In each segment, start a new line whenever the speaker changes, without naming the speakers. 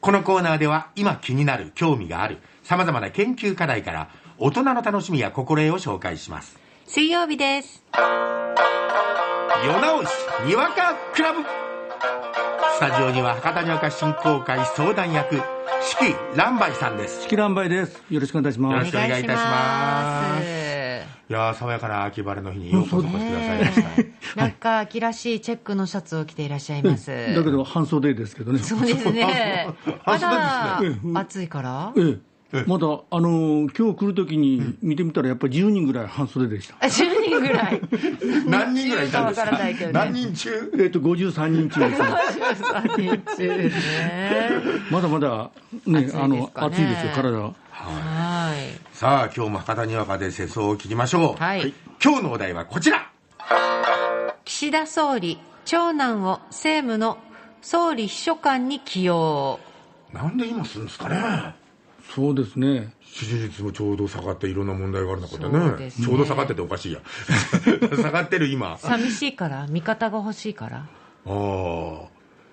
このコーナーでは今気になる興味がある様々な研究課題から大人の楽しみや心得を紹介します
水曜日です。
夜直しにわかクラブスタジオには博多にわか振興会相談役四季蘭梅さんです
式乱梅です。よろしくお願いし
よ
ま
ろし
す
く。お願いいたします
お願いしま
いやー爽やかな秋晴れの日にようこそお越しくださいまし
す
た
ねえなんか秋らしいチェックのシャツを着ていらっしゃいます。
ええだけど半袖ですけどね。
そうです ね。
あ
ま
そうあ
だ
そう
暑いから
え。え
ええ
まだあのー今日来るときに見てみたらやっぱり10人ぐらい半袖でした。
あ10人ぐらい。
何人ぐらいいたんです
わ
か
からないけどね
何人中
えっ、と53人中ですね。
13人中ね。
まだまだね
暑いですかね
あの暑いですよ体は。
はい。
さあ今日も博多にわかで世相を切りましょう、
はい
今日のお題はこちら
岸田総理、長男を政務の総理秘書官に起用。
なんで今するんですかね
そうですね。
支持率もちょうど下がっていろんな問題がある中で
そう
ね
ですね
ちょうど下がってておかしいや 下がってる今あ
寂しいから味方が欲しいから。
あ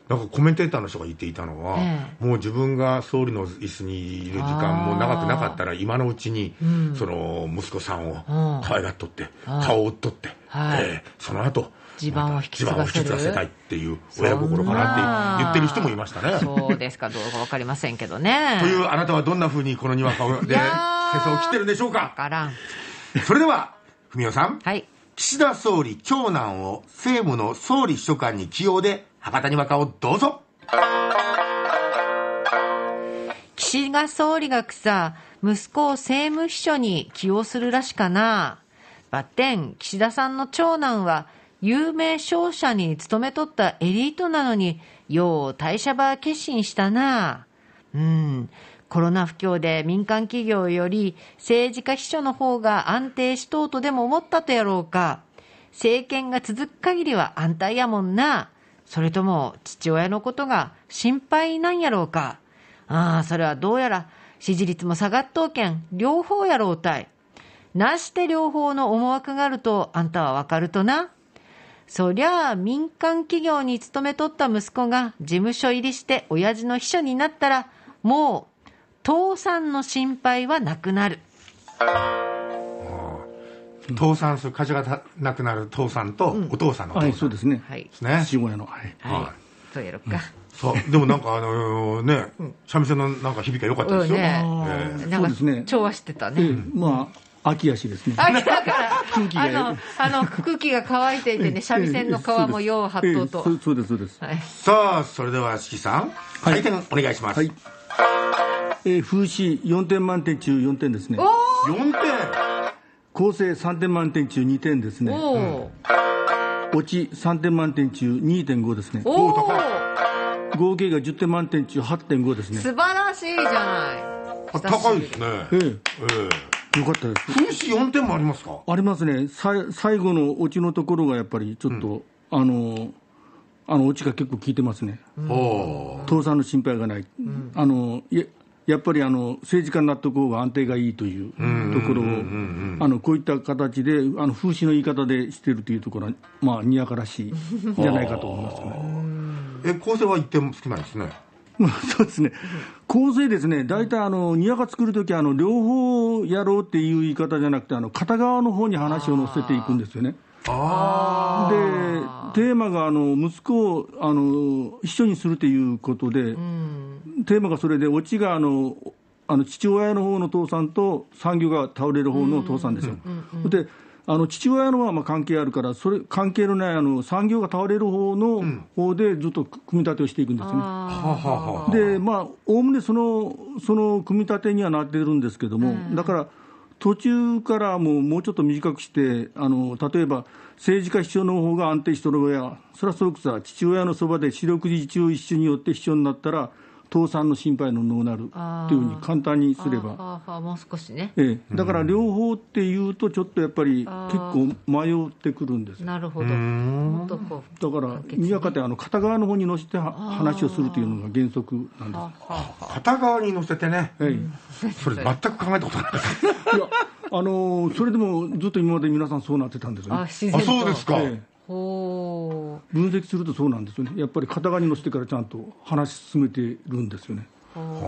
なんかコメンテーターの人が言っていたのは、
え
もう自分が総理の椅子にいる時間も長くなかったら今のうちに、その息子さんを可愛がっとって、顔を追っとって、
はい
えーその後
地盤を引き継がせ
ま
る
た地盤を引き継がせたいっていう親心かなって言ってる人もいましたね
そうですかどうかわかりませんけどね。
というあなたはどんなふうにこのにわかで世
やー
相を切ってるんでしょうか
わからん。
それでは文雄さん
はい。
岸田総理長男を政務の総理秘書官に起用で博多に若をどうぞ
岸田総理がさ、息子を政務秘書に起用するらしかな。ばってん、岸田さんの長男は、有名商社に勤めとったエリートなのに、よう退社ば決心したな。うん。コロナ不況で民間企業より政治家秘書の方が安定しとうとでも思ったとやろうか。政権が続く限りは安泰やもんな。それとも父親のことが心配なんやろうか。ああ、それはどうやら支持率も下がっとうけん、両方やろうたい。なして両方の思惑があるとあんたはわかるとな。そりゃあ民間企業に勤めとった息子が事務所入りして親父の秘書になったら、もう倒産の心配はなくなる。
倒産する会社がたなくなる倒産と、お父さんの
はい
倒
そ
産
う
で
ですね。
はい。
すね、
父親のはい。
はい。
はい
そうやろうか。
そうでもなんかあのね三味線のなんか響きが良かったですよ、
うんね
ええ
なん
そう
か
ですね
調和してたね。
ええまあ秋やしですね。
あだから
空気が
あのあの空気が乾いていてね三味線の皮もよう発動と、
ええそうですそうです。
はい、
さあそれでは四季さん採点お願いします、
はい。えー、風刺4点満点中4点ですね。
4点
構成3点満点中2点ですね。
おー
落ち3点満点中2.5ですね
お
おー
お
高い
合計が10点満点中8.5ですね
素晴らしいじゃない
あ高いですね
え
え
えよかったです
え風刺4点もありますか
ありますねさ最後の落ちのところがやっぱりちょっと、あのあの落ちが結構効いてますね
おー
倒産の心配がない、あのややっぱりあの政治家になった方が安定がいいというところをあのこういった形であの風刺の言い方でしてるというところは、まあ、にやからしいじゃないかと思いますね
え構成は1点もつきないですね
まあ そうですね、構成ですね、大体あの、庭が作るときはあの、両方やろうっていう言い方じゃなくて、あの片側の方に話を乗せていくんですよね。で、
あ
テーマがあの息子をあの秘書にするということで、テーマがそれで、オチがあのあの父親の方の父さんと産業が倒れる方の父さんですよ。であの父親のはまあ関係あるから、それ関係のないあの産業が倒れる方の方でずっと組み立てをしていくんですね。
あはあはあはあ
で、まあ、おおむねその、その組み立てにはなってるんですけども、だから、途中からもうもうちょっと短くして、あの例えば政治家秘書の方が安定しとる親、それはそれこそ父親のそばで四六時中一緒によって秘書になったら、倒産の心配の能なるっていうふうに簡単にすれば、
あーあーもう少しね
ええ、だから両方っていうと、ちょっとやっぱり結構迷ってくるんですよ
なるほどもっとこう
だから、にわかてあの片側の方に乗せては話をするというのが原則なんです。
片側に乗せてね
ええ
それ全く考えたことない
いや、あのーそれでもずっと今まで皆さんそうなってたんですよ
あ
ね。
自然と
あそうですか、
ええ
ほう
分析するとそうなんですよね。やっぱり片側に乗せてからちゃんと話し進めてるんですよね。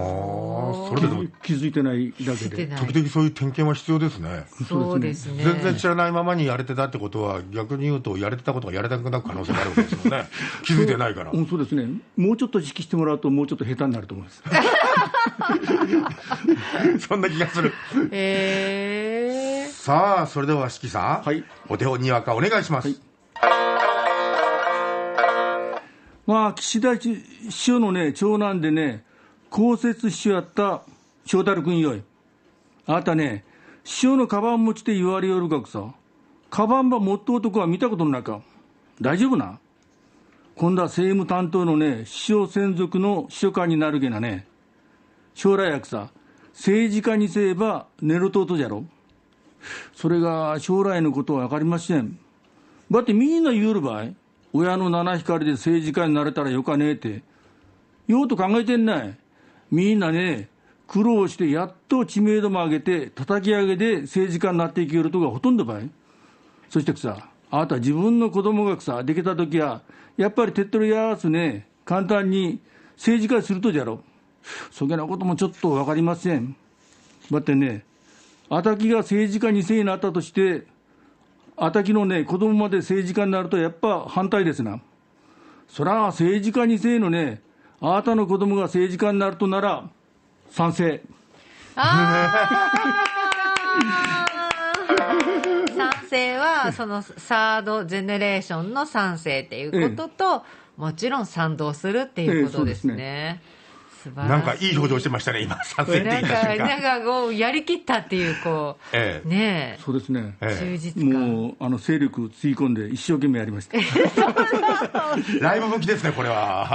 はあそれででも
気づいてないだけ
出て
で。
ない
時々そういう点検は必要ですね
そうですね
全然知らないままにやれてたってことは逆に言うとやれてたことがやれたくなる可能性があるわけですよね 気づいてないから
うん、そうですね。もうちょっと意識してもらうと、もうちょっと下手になると思います。
そんな気がする
えー
さあそれでは四季さん、
はい
お手本にわかお願いします、
はいまあ、岸田首相のね、長男でね、公設秘書やった翔太郎君よい。あなたね、首相のカバン持ちで言われよるがくさ。カバンば持った男は見たことのないか。大丈夫な今度は政務担当のね、首相専属の秘書官になるげなね。将来役さ、政治家にせえば寝ろとうとじゃろ。それが将来のことは分かりません。だってみんな言うるばい親の七光りで政治家になれたらよかねえってようと考えてんないみんなね苦労してやっと知名度も上げて叩き上げで政治家になっていけるとがほとんどばいそしてさあなた自分の子供がさできた時はやっぱり手っ取りやらすね簡単に政治家にするとじゃろそげなこともちょっと分かりませんだってねあたきが政治家2世になったとしてあたきのね、子供まで政治家になるとやっぱ反対ですな。そら、政治家にせいのね、あなたの子供が政治家になるとなら、賛成。
賛成はそのサードジェネレーションの賛成っていうことと、もちろん賛同するっていうことですね。素晴
な
ら
んか
しい
いい表情してましたね今賛成って言
な
っ
ん
た
か、
瞬
な
間
んかこう、やりきったっていう、こう、
ええ
ね
そうですね。
え、
え
充実感。
もう、あの、勢力つぎ込んで一生懸命やりまし た。
えライブ向きですねこれは、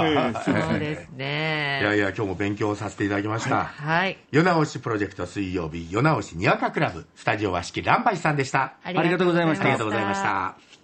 そうです
いや
ね。
いや今日も勉強させていただきました、
はい。
夜直しプロジェクト水曜日夜直しにわかクラブスタジオは四季乱梅さんでした
りがとうございまし
あ
た
りがとうございました